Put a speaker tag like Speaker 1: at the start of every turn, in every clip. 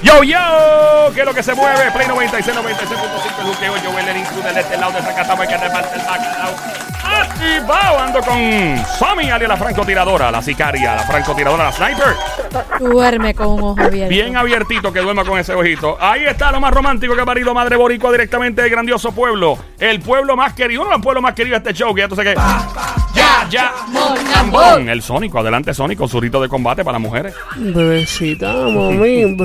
Speaker 1: Yo, yo, que es lo que se mueve, Play 96, 96.5, Luqueo, Joel, el intruder de este lado, de Zacatau, el que reparte el bacalao. Activado, ando con Sammy, alias la francotiradora, la sicaria, la francotiradora, la sniper.
Speaker 2: Duerme con un ojo abierto.
Speaker 1: Bien abiertito, que duerma con ese ojito. Ahí está lo más romántico que ha parido Madre Boricua directamente del grandioso pueblo. El pueblo más querido, uno de los pueblos más queridos de este show, que ya tú sabes que... Ya, ya, Bon, el Sónico, adelante Sónico, su rito de combate para las mujeres.
Speaker 3: Bebecita, mami.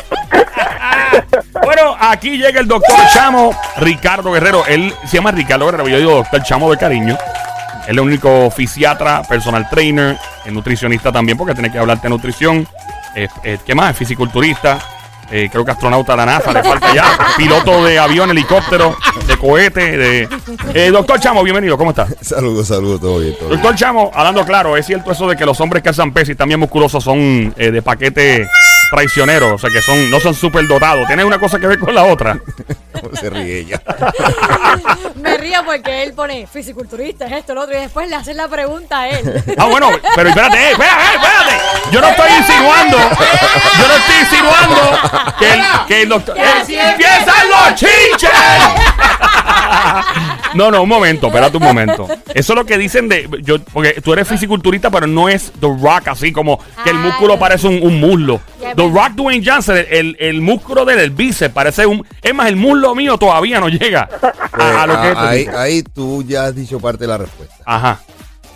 Speaker 4: ¡Eh!
Speaker 1: Bueno, aquí llega el doctor Chamo Ricardo Guerrero. Él se llama Ricardo Guerrero, yo digo doctor Chamo de cariño. Él es el único fisiatra, personal trainer, es nutricionista también, porque tiene que hablarte de nutrición. Eh, eh, ¿Qué más? Es fisiculturista. eh, creo que astronauta de la NASA, le falta ya. Piloto de avión, helicóptero, de cohete. De... Eh, doctor Chamo, bienvenido, ¿cómo estás?
Speaker 5: Saludos, saludos, todo bien, todo bien.
Speaker 1: Doctor Chamo, hablando claro, es cierto eso de que los hombres que alzan peso y también musculosos son eh, de paquete traicionero, o sea que son no son súper dotados. Tiene una cosa que ver con la otra.
Speaker 5: ¿Cómo se ríe ella?
Speaker 2: Me río porque él pone fisiculturista, es esto, lo otro, y después le haces la pregunta a él.
Speaker 1: Ah, bueno, pero espérate, eh, espérate, eh, espérate. Yo no estoy insinuando, yo no estoy insinuando que el, que el doctor.
Speaker 2: Ya
Speaker 1: ¡Eh,
Speaker 2: siempre
Speaker 1: ¡Empiezan los chinches! No, no, un momento, espérate un momento. Eso es lo que dicen de. Yo, porque tú eres fisiculturista, pero no es The Rock así como que el
Speaker 2: Ah,
Speaker 1: músculo
Speaker 2: ya.
Speaker 1: parece un, un muslo.
Speaker 2: Ya,
Speaker 1: The
Speaker 2: ya.
Speaker 1: Rock Dwayne Johnson, el, el, el músculo del el bíceps parece un. Es más, el muslo mío todavía no llega a, a Ah, lo que
Speaker 5: Eh,
Speaker 1: es.
Speaker 5: ahí, ahí tú ya has dicho parte de la respuesta.
Speaker 1: Ajá,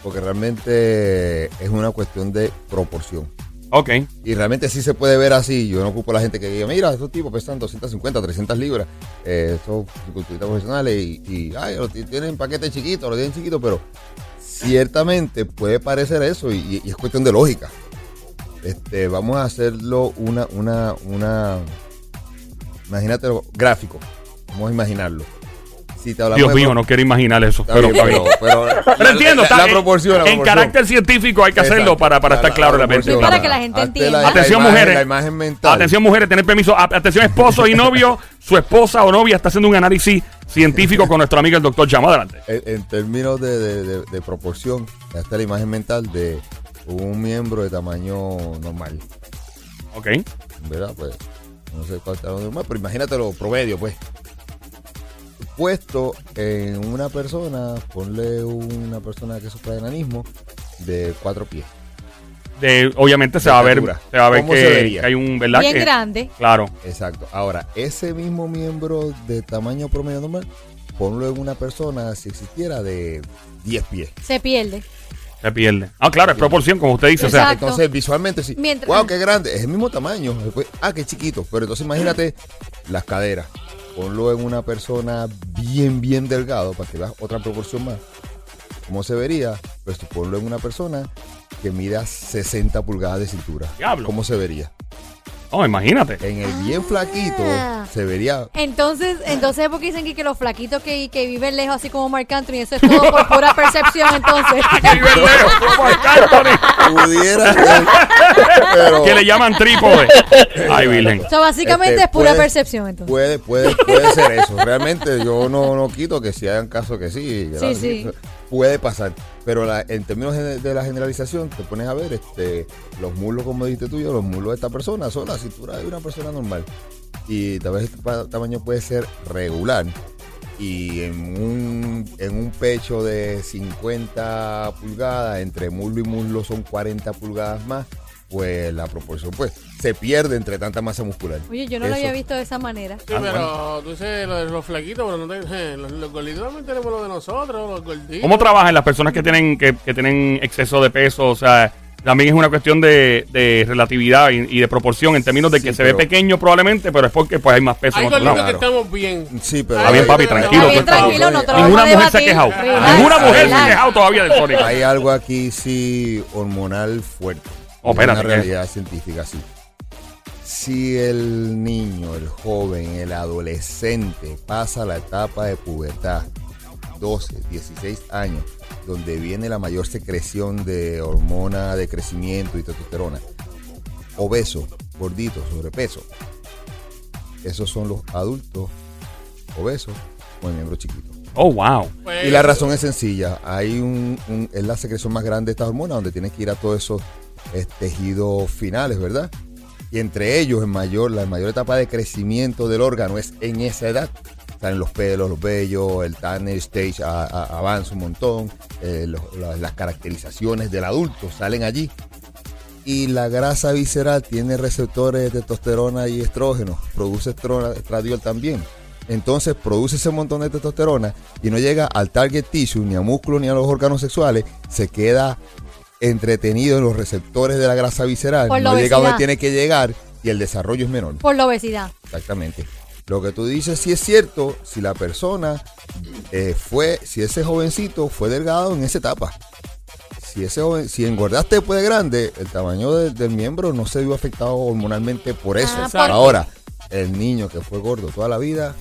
Speaker 5: Porque realmente es una cuestión de proporción.
Speaker 1: ok.
Speaker 5: Y realmente sí se puede ver así. Yo no ocupo a la gente que diga, mira, estos tipos pesan 250, 300 libras. Eh, estos fisiculturistas profesionales y, y, ay, lo ti- tienen paquete chiquito, lo tienen chiquito, pero ciertamente puede parecer eso y, y es cuestión de lógica. Este, vamos a hacerlo una, una, una, imagínate gráfico. Vamos a imaginarlo. Si te hablamos
Speaker 1: Dios
Speaker 5: de
Speaker 1: mío,
Speaker 5: pro-
Speaker 1: no quiero imaginar eso.
Speaker 5: Está
Speaker 1: Pero,
Speaker 5: bien,
Speaker 1: está bien.
Speaker 5: pero, pero
Speaker 1: Pero entiendo,
Speaker 5: la,
Speaker 1: está
Speaker 5: la
Speaker 1: en-
Speaker 5: proporción, la
Speaker 1: en
Speaker 5: proporción.
Speaker 1: carácter científico hay que hacerlo
Speaker 5: Exacto.
Speaker 1: para, para estar claro en la mente.
Speaker 5: proporción.
Speaker 2: Sí, para que la gente
Speaker 5: Ante
Speaker 2: entienda.
Speaker 1: Atención,
Speaker 5: imagen,
Speaker 1: mujeres.
Speaker 5: La imagen mental.
Speaker 1: Atención mujeres, tener permiso. A- Atención esposos y novios. Su esposa o novia está haciendo un análisis científico con nuestro amigo el doctor Chamo. Adelante.
Speaker 5: En, en términos de, de- de- de proporción, hasta la imagen mental de un miembro de tamaño normal,
Speaker 1: Ok.
Speaker 5: ¿verdad? Pues no sé cuál tamaño normal, pero imagínatelo promedio, pues. Puesto en una persona, ponle una persona que sufra de enanismo de cuatro pies.
Speaker 1: De- obviamente se va a ver,
Speaker 5: Estatura.
Speaker 1: se va a ver
Speaker 5: ¿Cómo
Speaker 1: que,
Speaker 5: se vería?
Speaker 1: que hay un, ¿verdad?
Speaker 2: Bien
Speaker 1: Que-
Speaker 2: grande.
Speaker 1: Claro.
Speaker 5: Exacto. Ahora, ese mismo miembro de tamaño promedio normal, ponlo en una persona, si existiera, de 10 pies.
Speaker 2: Se pierde.
Speaker 1: Se pierde. Ah, claro, es proporción, como usted dice. O sea,
Speaker 2: Exacto.
Speaker 5: Entonces, visualmente sí.
Speaker 2: Mientras-
Speaker 5: Wow, qué grande. Es el mismo tamaño. Después, Ah, qué chiquito. Pero entonces imagínate las caderas. Ponlo en una persona bien, bien delgado para que veas otra proporción más. ¿Cómo se vería? Pues tú ponlo en una persona que mida 60 pulgadas de cintura.
Speaker 1: Diablo.
Speaker 5: ¿Cómo se vería?
Speaker 1: no, oh, imagínate.
Speaker 5: En el bien
Speaker 2: Ah.
Speaker 5: flaquito se vería
Speaker 2: Entonces, entonces porque dicen que, que los flaquitos que, que viven lejos, así como Marc Anthony, eso es todo por pura percepción, entonces.
Speaker 1: ¡Qué verdeo! ¡Como el Anthony,
Speaker 5: pudiera ser, pero
Speaker 1: Que le llaman trípode. Ay, Virgen.
Speaker 2: O sea, básicamente
Speaker 5: Este,
Speaker 2: es pura
Speaker 5: puede-
Speaker 2: percepción, entonces.
Speaker 5: puede, puede, puede ser eso. Realmente yo no, no quito que si hagan caso que sí. que
Speaker 2: Sí,
Speaker 5: la-
Speaker 2: sí.
Speaker 5: Puede pasar. Pero la- en términos de, de la generalización, te pones a ver este, los muslos, como dijiste tú, yo, los muslos de esta persona son la cintura de una persona normal. Y tal vez este pa- tamaño puede ser regular. Y en un, en un pecho de 50 pulgadas, entre muslo y muslo son 40 pulgadas más, pues la proporción pues se pierde entre tanta masa muscular.
Speaker 2: Oye, yo no lo
Speaker 5: Eso.
Speaker 2: había visto de esa manera.
Speaker 4: Sí, pero tú dices lo de los flaquitos, pero no te- los, los gorditos también tenemos lo de nosotros, los gorditos.
Speaker 1: ¿Cómo trabajan las personas que tienen, que, que tienen exceso de peso? O sea, también es una cuestión de, de relatividad y, y de proporción en términos de
Speaker 5: Sí,
Speaker 1: que se ve
Speaker 5: pero-
Speaker 1: pequeño probablemente, pero es porque pues hay más peso.
Speaker 4: Hay
Speaker 1: en otro
Speaker 4: gorditos
Speaker 1: lado.
Speaker 4: que estamos bien.
Speaker 5: Sí, pero.
Speaker 4: Está bien, papi,
Speaker 5: Hay-
Speaker 1: tranquilo,
Speaker 2: Está bien,
Speaker 1: por favor.
Speaker 2: tranquilo, no te lo vamos
Speaker 1: Ninguna
Speaker 2: a
Speaker 1: mujer se ha
Speaker 2: debatir.
Speaker 1: quejado.
Speaker 2: Relax,
Speaker 1: Ninguna mujer se ha
Speaker 2: relax.
Speaker 1: quejado todavía del Sonic.
Speaker 5: Hay algo aquí, sí, hormonal fuerte.
Speaker 1: Oh,
Speaker 5: Es
Speaker 1: espérate,
Speaker 5: Una
Speaker 1: ¿qué?
Speaker 5: realidad científica, sí. Si el niño, el joven, el adolescente pasa la etapa de pubertad, 12, 16 años, donde viene la mayor secreción de hormona de crecimiento y testosterona, obeso, gordito, sobrepeso, esos son los adultos obesos con el miembro chiquito.
Speaker 1: Oh, wow.
Speaker 4: Pues,
Speaker 5: Y la razón es sencilla. Hay un, un- es la secreción más grande de estas hormonas donde tienes que ir a todos esos eh, tejidos finales, ¿verdad? Y entre ellos, en mayor, la mayor etapa de crecimiento del órgano es en esa edad. Están los pelos, los vellos, el tanner stage a- a- avanza un montón. eh, los- la- las caracterizaciones del adulto salen allí. Y la grasa visceral tiene receptores de testosterona y estrógenos. Produce estrona- estradiol también. Entonces produce ese montón de testosterona y no llega al target tissue, ni a músculo, ni a los órganos sexuales. Se queda entretenido en los receptores de la grasa visceral.
Speaker 2: Por la
Speaker 5: no llega donde
Speaker 2: obesidad.
Speaker 5: tiene que llegar y el desarrollo es menor.
Speaker 2: Por la obesidad.
Speaker 5: Exactamente. Lo que tú dices sí es cierto si la persona eh, fue, si ese jovencito fue delgado en esa etapa. Si ese joven, si engordaste después de grande, el tamaño de- del miembro no se vio afectado hormonalmente por eso.
Speaker 2: Ah, por-
Speaker 5: Ahora, el niño que fue gordo toda la vida,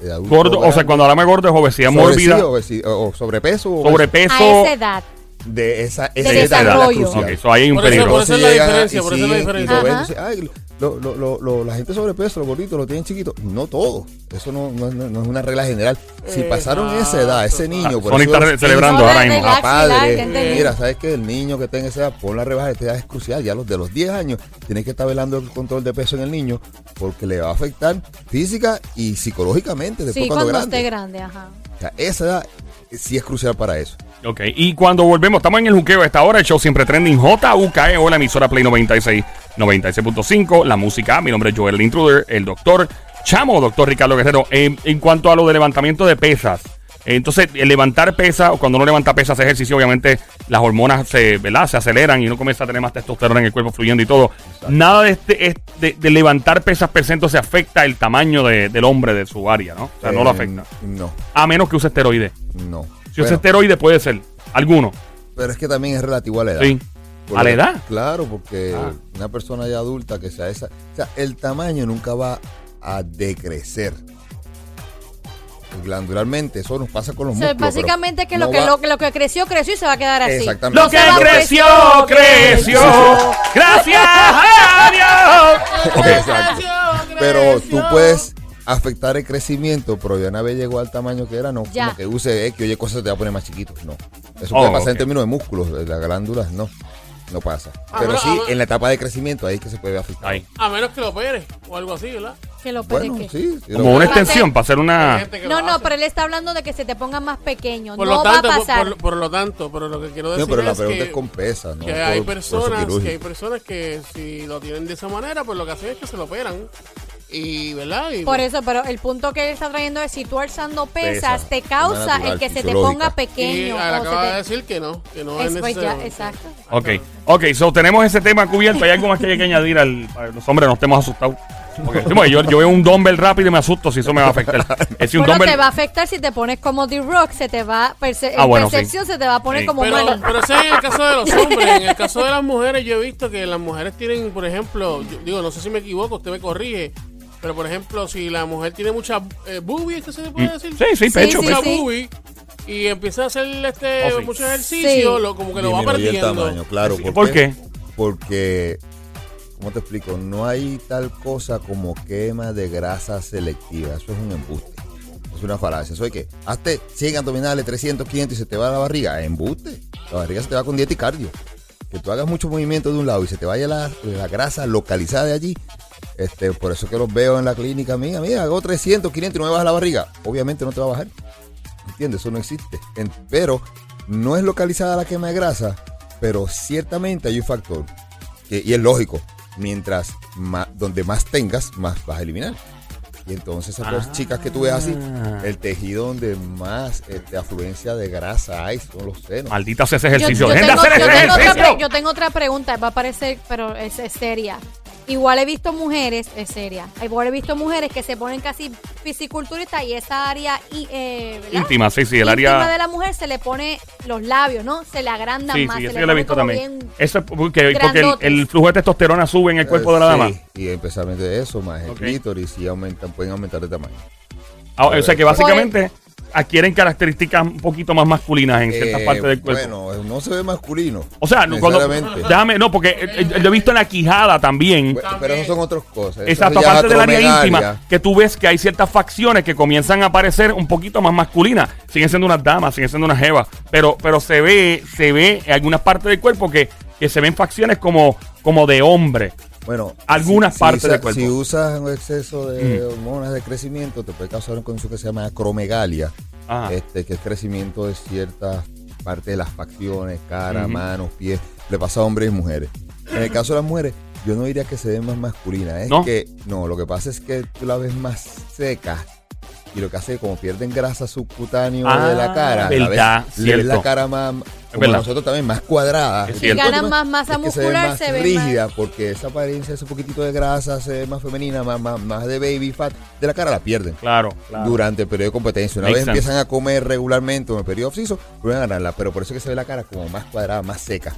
Speaker 5: de adulto
Speaker 1: Gordo, o sea,
Speaker 5: grande,
Speaker 1: cuando hablamos de gordo es obesidad mórbida,
Speaker 5: sobrepeso, obesi- o o sobrepeso, o
Speaker 2: A
Speaker 1: sobrepeso.
Speaker 2: esa edad.
Speaker 5: de esa,
Speaker 2: Del
Speaker 5: esa edad era
Speaker 2: desarrollo.
Speaker 5: crucial.
Speaker 1: Ok, eso ahí hay un
Speaker 4: Por eso-
Speaker 1: peligro.
Speaker 4: por eso- es la
Speaker 5: llegan a-
Speaker 4: diferencia,
Speaker 5: y
Speaker 4: por eso es la
Speaker 5: siguen, y
Speaker 4: diferencia.
Speaker 5: lo ven,
Speaker 2: Ajá.
Speaker 5: dicen, "Ay, lo- lo- lo- lo- la gente sobrepeso, los gorditos, lo tienen chiquito. No todo. Eso no, no- no- no es una regla general.
Speaker 4: Eh,
Speaker 5: Si pasaron esa edad, ese niño. por
Speaker 1: Sony
Speaker 5: eso
Speaker 1: está
Speaker 5: los
Speaker 1: re- celebrando
Speaker 2: Ahora
Speaker 1: ahora mismo.
Speaker 2: relax.
Speaker 5: a padres,
Speaker 2: ya entendí.
Speaker 5: mira, sabes que el niño que tenga esa edad, pon la rebaja, esta edad es crucial, ya los de los 10 años tienes que estar velando el control de peso en el niño porque le va a afectar física y psicológicamente después
Speaker 2: Sí,
Speaker 5: cuando,
Speaker 2: cuando
Speaker 5: grande.
Speaker 2: esté grande, ajá.
Speaker 5: O sea, esa edad eh, sí es crucial para eso.
Speaker 1: Ok, y cuando volvemos, estamos en el juqueo a esta hora, el show siempre trending JUKE E, o la emisora Play 96, 96.5, la música, mi nombre es Joel el Intruder, el doctor Chamo, doctor Ricardo Guerrero, en, en cuanto a lo de levantamiento de pesas, eh, entonces el levantar pesas, o cuando uno levanta pesas hace ejercicio, obviamente las hormonas se, ¿verdad? se aceleran y uno comienza a tener más testosterona en el cuerpo fluyendo y todo, nada de, este, es- de, de levantar pesas per se, entonces afecta el tamaño de- del hombre de su área, ¿no? O sea, no lo
Speaker 5: Eh,
Speaker 1: afecta,
Speaker 5: No,
Speaker 1: a menos que use esteroides.
Speaker 5: no.
Speaker 1: Si usa
Speaker 5: Bueno,
Speaker 1: esteroide puede ser, alguno.
Speaker 5: Pero es que también es relativo a la edad.
Speaker 1: Sí. ¿A la edad?
Speaker 5: Claro, porque
Speaker 1: Ah.
Speaker 5: una persona ya adulta que sea esa. O sea, el tamaño nunca va a decrecer. Glandularmente, eso nos pasa con los
Speaker 2: O sea,
Speaker 5: músculos. pero
Speaker 2: básicamente que,
Speaker 5: no
Speaker 2: lo que,
Speaker 5: va-
Speaker 2: lo, que lo que creció, creció y se va a quedar así.
Speaker 5: Exactamente.
Speaker 2: Lo que creció, creció.
Speaker 1: Gracias a Dios.
Speaker 4: Pues,
Speaker 5: Exacto. Pero tú puedes afectar el crecimiento, pero ya una vez llegó al tamaño que era, no
Speaker 2: Ya.
Speaker 5: como que use eh, que oye cosas te va a poner más chiquito. No. Eso
Speaker 1: Oh,
Speaker 5: puede pasar en
Speaker 1: ok.
Speaker 5: términos de músculos, de las glándulas, no. No pasa.
Speaker 4: Ah,
Speaker 5: Pero
Speaker 4: pero-
Speaker 5: sí,
Speaker 4: ah, pero-
Speaker 5: en la etapa de crecimiento, ahí es que se puede afectar.
Speaker 1: Ahí.
Speaker 4: A menos que lo opere o algo así, ¿verdad?
Speaker 2: Que lo
Speaker 5: Bueno,
Speaker 2: pegue.
Speaker 5: sí. sí,
Speaker 1: Como
Speaker 5: lo-
Speaker 1: una extensión para hacer
Speaker 4: Hay
Speaker 5: Ah.
Speaker 1: una.
Speaker 4: gente que
Speaker 2: No,
Speaker 4: lo
Speaker 2: no,
Speaker 4: hace.
Speaker 2: pero él está hablando de que se te ponga más pequeño.
Speaker 4: Por
Speaker 2: no
Speaker 4: lo tanto,
Speaker 2: va a
Speaker 4: por-
Speaker 2: pasar.
Speaker 4: por, por lo tanto, pero lo que quiero decir
Speaker 5: No, pero la
Speaker 4: es
Speaker 5: pregunta
Speaker 4: que,
Speaker 5: es con pesa, ¿no?
Speaker 4: que hay
Speaker 5: Por- por eso
Speaker 4: personas, que
Speaker 5: quirúrgico.
Speaker 4: hay personas que si lo tienen de esa manera, pues lo que hacen es que se lo operan. Y, ¿verdad? Y-
Speaker 2: Por eso, pero el punto que él está trayendo es si tú alzando pesas
Speaker 5: Pesa,
Speaker 2: te
Speaker 5: una
Speaker 2: causa
Speaker 5: natural,
Speaker 2: el que se te
Speaker 5: fisiológica.
Speaker 2: ponga
Speaker 4: y
Speaker 2: pequeño.
Speaker 4: ah, le
Speaker 2: o se
Speaker 4: acaba
Speaker 2: te-
Speaker 4: de decir que no, que no es
Speaker 2: Es- pues ya,
Speaker 4: necesario.
Speaker 2: exacto.
Speaker 1: Ok, ok, so tenemos ese tema cubierto. ¿Hay algo más que hay que añadir al. para que los hombres no estemos asustados? Porque, sí, porque yo, yo veo un dumbbell rápido y me asusto si eso me va a afectar. Es si un
Speaker 2: Bueno, te
Speaker 1: dumbbell.
Speaker 2: va a afectar si te pones como D-Rock, se te va, perce-
Speaker 1: Ah,
Speaker 2: en
Speaker 1: bueno,
Speaker 2: percepción se te va a poner
Speaker 1: Sí.
Speaker 2: como
Speaker 4: Pero,
Speaker 2: Manny.
Speaker 4: pero ese es en el caso de los hombres. En el caso de las mujeres, yo he visto que las mujeres tienen, por ejemplo, yo- digo, no sé si me equivoco, usted me corrige, pero por ejemplo, si la mujer tiene mucha eh, boobie, ¿es que se le puede decir?
Speaker 1: Mm, Sí, sí, pecho,
Speaker 2: Sí,
Speaker 4: Mucha
Speaker 1: pecho.
Speaker 2: sí.
Speaker 4: boobie, y empieza a hacer este
Speaker 1: Oh, sí.
Speaker 4: mucho ejercicio,
Speaker 2: Sí.
Speaker 4: lo- como que lo va
Speaker 5: Disminuye el
Speaker 4: perdiendo.
Speaker 5: tamaño, claro.
Speaker 1: ¿Por qué?
Speaker 5: Porque, ¿cómo te explico? No hay tal cosa como quema de grasa selectiva. Eso es un embuste. Es una falacia. Eso es que hazte 100 abdominales, 300, 500 y se te va la barriga. Embuste. La barriga se te va con dieta y cardio. Que tú hagas mucho movimiento de un lado y se te vaya la, la grasa localizada de allí. Este, por eso que los veo en la clínica mía. Mira, hago 300, 500 y no me baja la barriga. Obviamente no te va a bajar. ¿Entiendes? Eso no existe. En- pero no es localizada la quema de grasa, pero ciertamente hay un factor. que- y es lógico. Mientras ma- donde más tengas, más vas a eliminar. Y entonces esas dos chicas que tú ves así,
Speaker 1: Ah.
Speaker 5: el tejido donde más este, afluencia de grasa hay son los senos.
Speaker 1: Maldita sea ese
Speaker 2: Yo-
Speaker 1: ejercicio.
Speaker 2: yo
Speaker 1: Gente,
Speaker 2: tengo-
Speaker 1: hacer
Speaker 2: yo
Speaker 1: ese
Speaker 2: tengo otra pre-
Speaker 1: ejercicio!
Speaker 2: Yo tengo otra pregunta, va a parecer, pero es, es seria. Igual he visto mujeres, es seria. Igual he visto mujeres que se ponen casi fisiculturistas y esa área y, eh, ¿verdad?
Speaker 1: Íntima, sí, sí, el
Speaker 2: Íntima
Speaker 1: área.
Speaker 2: de la mujer se le pone los labios, ¿no? Se le agrandan
Speaker 1: Sí,
Speaker 2: más.
Speaker 1: sí,
Speaker 2: se
Speaker 1: eso
Speaker 2: le
Speaker 1: yo lo he
Speaker 2: pone
Speaker 1: visto
Speaker 2: como
Speaker 1: también.
Speaker 2: bien-
Speaker 1: Eso es porque, porque el,
Speaker 2: grandotes.
Speaker 1: el flujo de testosterona sube en el cuerpo de la
Speaker 5: Eh,
Speaker 1: dama.
Speaker 5: sí, Y especialmente eso, más el
Speaker 1: Ok.
Speaker 5: clítoris, y aumentan, pueden aumentar de tamaño.
Speaker 1: Ah, o sea que
Speaker 5: Pues,
Speaker 1: básicamente adquieren características un poquito más masculinas en ciertas
Speaker 5: Eh,
Speaker 1: partes del cuerpo.
Speaker 5: Bueno, no se ve masculino.
Speaker 1: o sea, no, cuando,
Speaker 5: necesariamente.
Speaker 1: déjame, no, porque eh, eh, lo he visto en la quijada también.
Speaker 5: Bueno, Pero no son otras cosas. eso
Speaker 1: Exacto,
Speaker 5: se llama
Speaker 1: aparte del área
Speaker 5: acromegalia.
Speaker 1: íntima, que tú ves que hay ciertas facciones que comienzan a aparecer un poquito más masculinas. Siguen siendo unas damas, siguen siendo unas jevas, pero, pero se ve, se ve en algunas partes del cuerpo que, que se ven facciones como, como de hombre.
Speaker 5: Bueno,
Speaker 1: Algunas partes
Speaker 5: usa-
Speaker 1: del cuerpo. Mm.
Speaker 5: Si usas un exceso de hormonas de crecimiento, te puede causar una condición que se llama acromegalia,
Speaker 1: Ajá.
Speaker 5: este, que es crecimiento de ciertas partes de las facciones, cara, manos, pies. Le pasa a hombres y mujeres. En el caso de las mujeres, yo no diría que se ven más masculinas. Es
Speaker 1: ¿No?
Speaker 5: que, no, lo que pasa es que tú la ves más seca. Y lo que hace es que como pierden grasa subcutáneo de
Speaker 1: Ah,
Speaker 5: la cara, la ves-
Speaker 1: verdad,
Speaker 5: le ves
Speaker 1: cierto.
Speaker 5: la cara más, como
Speaker 1: verdad.
Speaker 5: nosotros también, más cuadrada.
Speaker 1: Es
Speaker 5: Y
Speaker 1: cierto.
Speaker 2: Ganan más masa
Speaker 5: es que se ve
Speaker 2: muscular,
Speaker 5: más
Speaker 2: se ve más-
Speaker 5: rígida porque esa apariencia, ese poquitito de grasa, se ve más femenina, más, más, más de baby fat, de la cara la pierden.
Speaker 1: Claro, claro.
Speaker 5: Durante el periodo de competencia. Una
Speaker 1: Makes
Speaker 5: vez
Speaker 1: sense.
Speaker 5: empiezan a comer regularmente en el periodo off-season, vuelven a ganarla. Pero por eso es que se ve la cara como más cuadrada, más seca.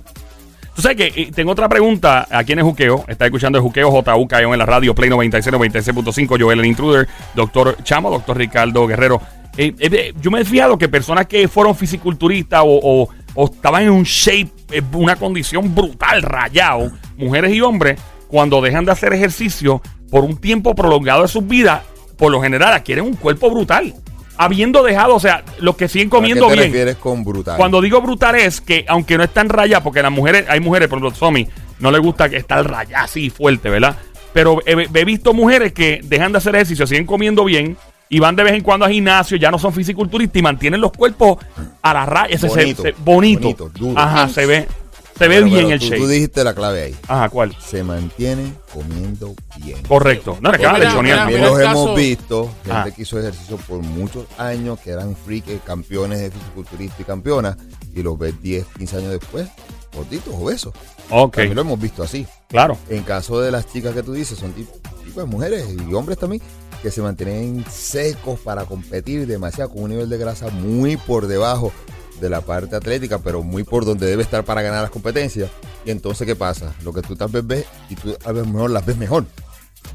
Speaker 1: Tú sabes que eh, tengo otra pregunta aquí en el Juqueo. Está escuchando el Juqueo JUKEO E en la radio Play 96, 96.5. Joel el Intruder, doctor Chamo, doctor Ricardo Guerrero. Eh, eh, eh, yo me he fijado que personas que fueron fisiculturistas o, o- o estaban en un shape, eh, una condición brutal, rayado, mujeres y hombres, cuando dejan de hacer ejercicio por un tiempo prolongado de sus vidas, por lo general adquieren un cuerpo brutal. Habiendo dejado, o sea, los que siguen comiendo
Speaker 5: ¿A qué te
Speaker 1: bien.
Speaker 5: refieres con brutal?
Speaker 1: Cuando digo brutal es que, aunque no están rayadas, porque las mujeres, hay mujeres, por ejemplo, Somi, no le gusta que estar rayada así fuerte, ¿verdad? Pero he, he visto mujeres que dejan de hacer ejercicio, siguen comiendo bien y van de vez en cuando a gimnasio, ya no son fisiculturistas y mantienen los cuerpos a la raya. Ese- se-
Speaker 5: Bonito,
Speaker 1: se- bonito.
Speaker 5: bonito, duro.
Speaker 1: Ajá, se ve, se ve
Speaker 5: Pero,
Speaker 1: bien
Speaker 5: pero
Speaker 1: el
Speaker 5: tú,
Speaker 1: shape.
Speaker 5: Tú dijiste la clave ahí.
Speaker 1: Ajá, ¿cuál?
Speaker 5: Se mantiene comiendo bien.
Speaker 1: Correcto. No, no, es que
Speaker 4: Pues
Speaker 1: van
Speaker 4: mira,
Speaker 1: lechoneando.
Speaker 5: También
Speaker 4: mira
Speaker 5: los
Speaker 4: el caso-
Speaker 5: hemos visto, gente
Speaker 1: Ah.
Speaker 5: que hizo ejercicio por muchos años, que eran freak, eh, campeones de fisiculturista y campeonas, y los ves 10, 15 años después, gorditos, obesos.
Speaker 1: Ok,
Speaker 5: También lo hemos visto así.
Speaker 1: claro.
Speaker 5: En caso de las chicas que tú dices, son tip- tipos de mujeres y hombres también, que se mantienen secos para competir demasiado, con un nivel de grasa muy por debajo de la parte atlética, pero muy por donde debe estar para ganar las competencias. Y entonces, ¿qué pasa? Lo que tú tal vez ves, y tú a lo mejor las ves mejor.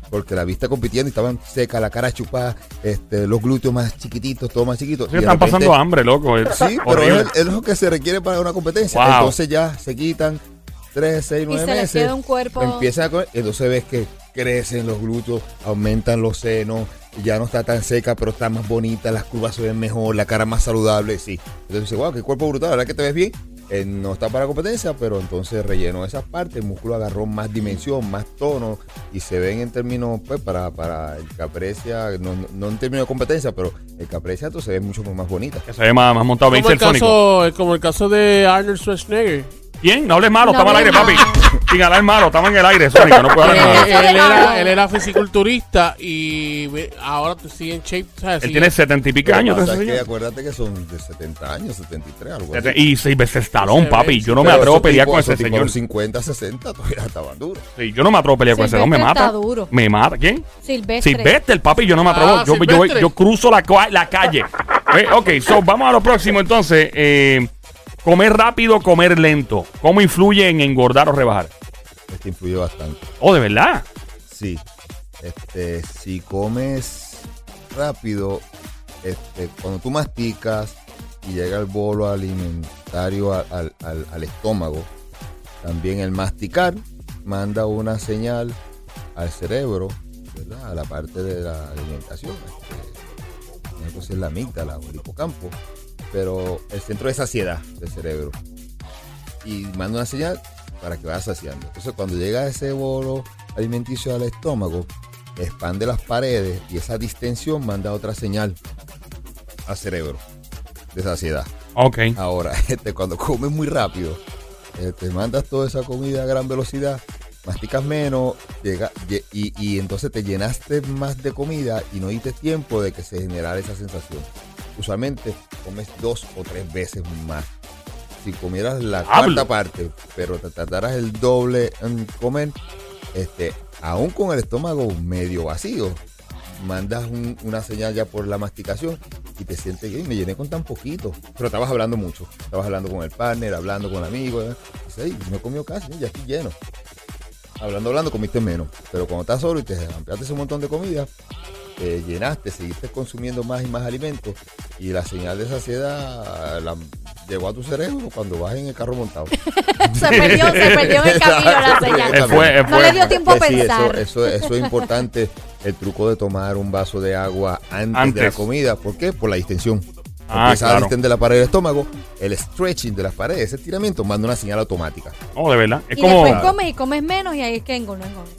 Speaker 5: Porque la vista compitiendo y estaban seca, la cara chupada, este, los glúteos más chiquititos, todo más chiquito.
Speaker 1: Sí,
Speaker 5: y de
Speaker 1: están
Speaker 5: repente-
Speaker 1: pasando hambre, loco. Es
Speaker 5: Sí, pero
Speaker 1: horrible.
Speaker 5: es, es lo que se requiere para una competencia.
Speaker 1: Wow.
Speaker 5: Entonces ya se quitan 3, 6, 9
Speaker 2: se les
Speaker 5: meses.
Speaker 2: queda un cuerpo-
Speaker 5: Empiezan a comer, entonces ves que crecen los glúteos, aumentan los senos, ya no está tan seca, pero está más bonita, las curvas se ven mejor, la cara más saludable, sí. Entonces dices, wow, qué cuerpo brutal, la verdad que te ves bien. Eh, no está para competencia, pero entonces rellenó esas partes, el músculo agarró más dimensión, más tono, y se ven en términos, pues, para, para el que aprecia, no, no- no en términos de competencia, pero el que aprecia, tú se ve mucho más bonita.
Speaker 1: Que se ve más, más montado.
Speaker 4: Como
Speaker 1: Veinte
Speaker 4: el,
Speaker 1: el sónico.
Speaker 4: caso, eh, como el caso de Arnold Schwarzenegger.
Speaker 1: ¿Quién? No hables malo,
Speaker 2: No
Speaker 1: estamos al aire, papi.
Speaker 2: hables
Speaker 1: Sin hablar malo, estamos en el aire, Sónico. No puedo
Speaker 4: Eh, Él,
Speaker 1: hablar malo.
Speaker 2: Eso de
Speaker 4: era,
Speaker 2: malo.
Speaker 4: él era fisiculturista y ve- ahora tú sigue en shape. ¿sabes?
Speaker 1: Él
Speaker 4: Sigue-
Speaker 1: tiene setenta y pico años.
Speaker 5: Lo que pasa
Speaker 1: entonces,
Speaker 5: es que
Speaker 1: señor.
Speaker 5: acuérdate que son de 70 años, 73, algo así.
Speaker 1: Sete- Y seis veces estalón,
Speaker 4: Sí,
Speaker 1: papi.
Speaker 4: sí.
Speaker 1: Yo no me
Speaker 5: Pero
Speaker 1: atrevo a
Speaker 5: esos
Speaker 1: pelear
Speaker 5: tipos-
Speaker 1: con
Speaker 5: esos
Speaker 1: ese
Speaker 5: tipos
Speaker 1: señor.
Speaker 5: con 50, 60, todavía estaban duros.
Speaker 1: Sí, yo no me atrevo a pelear con ese señor. Me
Speaker 2: Silvestre
Speaker 1: mata.
Speaker 2: está duro.
Speaker 1: Me mata. ¿Quién?
Speaker 2: Silvestre.
Speaker 1: Silvestre, el papi. Yo no me
Speaker 4: Ah,
Speaker 1: atrevo. Yo, yo,
Speaker 4: Silvestre.
Speaker 1: yo cruzo la, cua- la calle. Eh, ok, so, vamos a lo próximo entonces. Eh, comer rápido, comer lento. ¿Cómo influye en engordar o rebajar?
Speaker 5: Este influye bastante.
Speaker 1: Oh, de verdad.
Speaker 5: Sí. Este, si comes rápido, este, cuando tú masticas y llega el bolo alimentario al, al- al- al estómago, también el masticar manda una señal al cerebro, ¿verdad? A la parte de la alimentación. este, por ejemplo, si es la amígdala o el hipocampo, pero el centro de saciedad del cerebro. y manda una señal para que vaya saciando. Entonces, cuando llega ese bolo alimenticio al estómago, expande las paredes y esa distensión manda otra señal al cerebro de saciedad.
Speaker 1: Ok.
Speaker 5: Ahora, este, cuando comes muy rápido, eh, te mandas toda esa comida a gran velocidad, masticas menos llega, lle- y, y entonces te llenaste más de comida y no diste tiempo de que se generara esa sensación. Usualmente comes dos o tres veces más. Si comieras la
Speaker 1: Hablo.
Speaker 5: cuarta parte, pero te tardaras el doble en comer, este, aún con el estómago medio vacío, mandas un- una señal ya por la masticación y te sientes, "Ey, me llené con tan poquito. Pero estabas hablando mucho. Estabas hablando con el partner, hablando con amigos. ¿eh? Dices, "Ey, no he comido casi, ya estoy lleno. hablando, hablando, comiste menos. Pero cuando estás solo y te ampliaste ese montón de comida, te eh, llenaste, seguiste consumiendo más y más alimentos y la señal de saciedad la- llegó a tu cerebro cuando vas en el carro montado.
Speaker 2: Se perdió, se perdió en el camino la
Speaker 1: Eh,
Speaker 2: señal.
Speaker 1: fue- eh,
Speaker 2: No le dio
Speaker 1: fue-
Speaker 2: tiempo a
Speaker 5: Que sí,
Speaker 2: pensar.
Speaker 5: Eso, eso, eso es importante. El truco de tomar un vaso de agua antes,
Speaker 1: Antes.
Speaker 5: de la comida. ¿Por qué? Por la distensión.
Speaker 1: Ah,
Speaker 5: Empieza
Speaker 1: claro.
Speaker 5: a distender la pared del estómago. El stretching de las paredes, ese estiramiento, manda una señal automática.
Speaker 1: No, Oh, de verdad. Es
Speaker 2: Y
Speaker 1: como.
Speaker 2: después comes y comes menos y ahí es que engordas. engordas.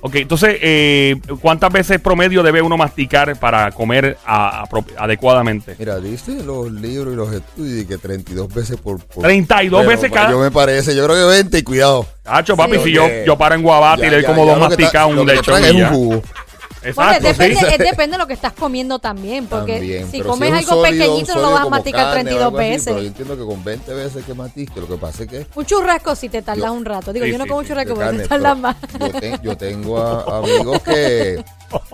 Speaker 1: Ok, entonces, eh, ¿cuántas veces promedio debe uno masticar para comer a- apro- adecuadamente?
Speaker 5: Mira, dice los libros y los estudios y que 32 veces por. por
Speaker 1: 32
Speaker 5: pues, Pero,
Speaker 1: veces cada-
Speaker 5: Yo me parece, yo creo que 20 y cuidado.
Speaker 1: Cacho, papi,
Speaker 5: Sí,
Speaker 1: si yo,
Speaker 5: porque-
Speaker 1: yo paro en Guabate y
Speaker 5: Ya,
Speaker 1: le doy
Speaker 5: ya,
Speaker 1: como
Speaker 5: ya
Speaker 1: dos
Speaker 5: lo que está-
Speaker 1: masticados, un
Speaker 5: lo que te
Speaker 1: lechón
Speaker 5: traen
Speaker 1: y
Speaker 5: Es
Speaker 1: ya.
Speaker 5: un jugo.
Speaker 2: Bueno,
Speaker 1: Exacto,
Speaker 2: depende,
Speaker 1: sí.
Speaker 2: es depende de lo que estás comiendo también, porque
Speaker 5: También,
Speaker 2: si
Speaker 5: pero
Speaker 2: comes
Speaker 5: es un
Speaker 2: algo
Speaker 5: sólido, un
Speaker 2: pequeñito no
Speaker 5: sólido
Speaker 2: lo vas a
Speaker 5: como
Speaker 2: masticar
Speaker 5: carne o
Speaker 2: 32
Speaker 5: algo así,
Speaker 2: veces.
Speaker 5: pero yo entiendo que con 20 veces que mastiques, lo que pasa es que
Speaker 2: Un churrasco si te tardas
Speaker 5: Yo-
Speaker 2: un rato. Digo,
Speaker 1: Sí,
Speaker 2: yo no
Speaker 1: sí,
Speaker 2: como
Speaker 1: sí,
Speaker 2: churrasco
Speaker 5: de
Speaker 2: porque
Speaker 5: carne,
Speaker 2: te tardas
Speaker 5: pero
Speaker 2: más.
Speaker 5: Yo, te- yo tengo a- amigos que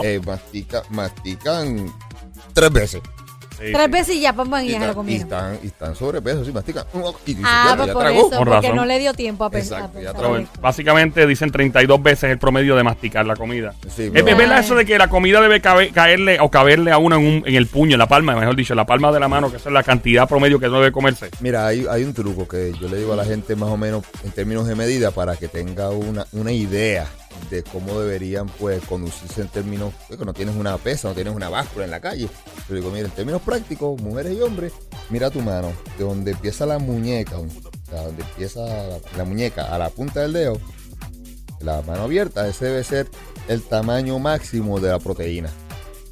Speaker 5: eh, mastica- mastican tres veces.
Speaker 1: Sí,
Speaker 2: Tres
Speaker 1: sí.
Speaker 2: veces y ya, pam, pam, y ya
Speaker 5: están-
Speaker 2: lo comieron.
Speaker 5: están, y están sobrepesos, sí, mastican. Y ni
Speaker 2: Ah,
Speaker 5: siquiera,
Speaker 2: pues
Speaker 5: ya
Speaker 2: por
Speaker 5: tragó.
Speaker 2: eso,
Speaker 1: Con
Speaker 2: porque
Speaker 1: razón.
Speaker 2: no le dio tiempo a pensar. pues,
Speaker 5: Exacto, ya
Speaker 2: a pensar.
Speaker 1: Pero,
Speaker 5: tragó.
Speaker 1: básicamente dicen 32 veces el promedio de masticar la comida.
Speaker 5: Sí,
Speaker 1: ¿Es,
Speaker 5: pero-
Speaker 1: es verdad eso de que la comida debe cabe- caerle o caberle a uno en, un- en el puño, en la palma, mejor dicho, en la palma de la mano, que esa es la cantidad promedio que uno debe comerse?
Speaker 5: Mira, hay, hay un truco que yo le digo a la gente más o menos en términos de medida para que tenga una, una idea de cómo deberían pues conducirse en términos, de que no tienes una pesa, no tienes una báscula en la calle. Yo digo, mira, en términos prácticos, mujeres y hombres, mira tu mano, de donde empieza la muñeca, o sea, donde empieza la, la muñeca a la punta del dedo, la mano abierta, ese debe ser el tamaño máximo de la proteína.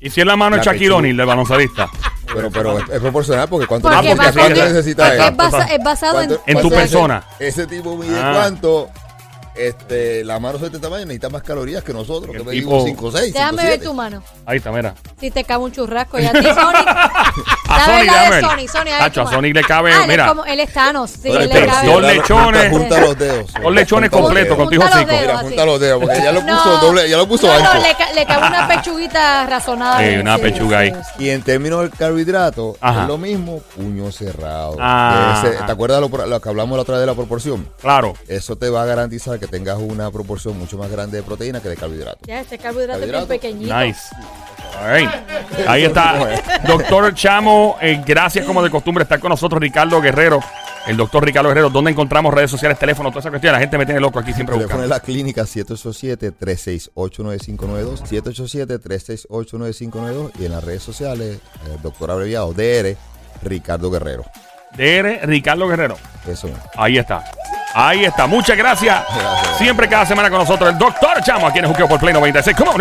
Speaker 1: ¿Y si es la mano de
Speaker 5: La
Speaker 1: Shaquille
Speaker 5: pechuga.
Speaker 1: O'Neal, del baloncelista?
Speaker 5: Pero, pero es, es proporcional porque cuánto
Speaker 2: Porque
Speaker 1: Ah,
Speaker 5: cuánto
Speaker 1: porque
Speaker 2: va
Speaker 1: así
Speaker 2: con-
Speaker 1: es.
Speaker 5: calorías necesitas ¿eh?
Speaker 2: es
Speaker 5: eso.
Speaker 2: basa- es basado en,
Speaker 5: ¿Cuánto-
Speaker 1: en tu
Speaker 5: cuánto ese-
Speaker 1: persona.
Speaker 5: Ese, tipo mide
Speaker 1: Ah.
Speaker 5: cuánto. Este, la mano de este tamaño necesita más calorías que nosotros,
Speaker 1: El
Speaker 5: que
Speaker 1: tipo-
Speaker 5: medimos 5, 6,
Speaker 2: Déjame ver tu mano.
Speaker 1: Ahí está, mira.
Speaker 2: Si te cabe un churrasco y a ti,
Speaker 1: Ah, A
Speaker 2: Sonic. Dame la de
Speaker 1: déjame ver.
Speaker 2: Sony, Sony, a ver
Speaker 1: Tacho,
Speaker 2: cómo
Speaker 1: a
Speaker 2: es.
Speaker 1: Sony le cabe,
Speaker 2: Ah, él es
Speaker 1: mira,
Speaker 2: como- él es Thanos, sí,
Speaker 1: Dos
Speaker 2: él le
Speaker 1: lechones,
Speaker 2: cabe.
Speaker 1: dos lechones.
Speaker 5: Junta los dedos.
Speaker 1: dos lechones
Speaker 5: Junta los
Speaker 1: completos
Speaker 5: dedos.
Speaker 1: contigo,
Speaker 2: Junta los
Speaker 1: cinco.
Speaker 2: dedos.
Speaker 5: Mira,
Speaker 2: así.
Speaker 5: junta los dedos, porque ya lo puso
Speaker 2: No.
Speaker 5: doble, ya lo puso
Speaker 2: No, no,
Speaker 5: ancho.
Speaker 2: le, ca- le cabe una pechuguita razonable.
Speaker 1: Sí, una pechuga ahí.
Speaker 5: Y en términos del carbohidrato,
Speaker 1: Ajá.
Speaker 5: es lo mismo, puño cerrado.
Speaker 1: Ah.
Speaker 5: Ese- ¿Te acuerdas lo, lo que hablamos la otra vez de la proporción?
Speaker 1: Claro.
Speaker 5: Eso te va a garantizar que tengas una proporción mucho más grande de proteína que de carbohidrato.
Speaker 2: Ya, este carbohidrato es bien
Speaker 5: Carbohidrato.
Speaker 2: pequeñito.
Speaker 1: Nice. All right. Ahí está. Doctor Chamo, eh, gracias como de costumbre estar con nosotros, Ricardo Guerrero. El doctor Ricardo Guerrero, ¿dónde encontramos redes sociales, teléfono, toda esa cuestión? La gente me tiene loco aquí siempre
Speaker 5: Teléfono de
Speaker 1: buscando.
Speaker 5: la clínica 787-368-9592. 787-368-9592. Y en las redes sociales, eh, doctor abreviado, DR, Ricardo Guerrero.
Speaker 1: DR Ricardo Guerrero.
Speaker 5: Eso.
Speaker 1: Ahí está. Ahí está. Muchas gracias.
Speaker 5: Gracias.
Speaker 1: Siempre cada semana con nosotros el doctor Chamo, aquí en Juqueo por Play 96. ¿Cómo,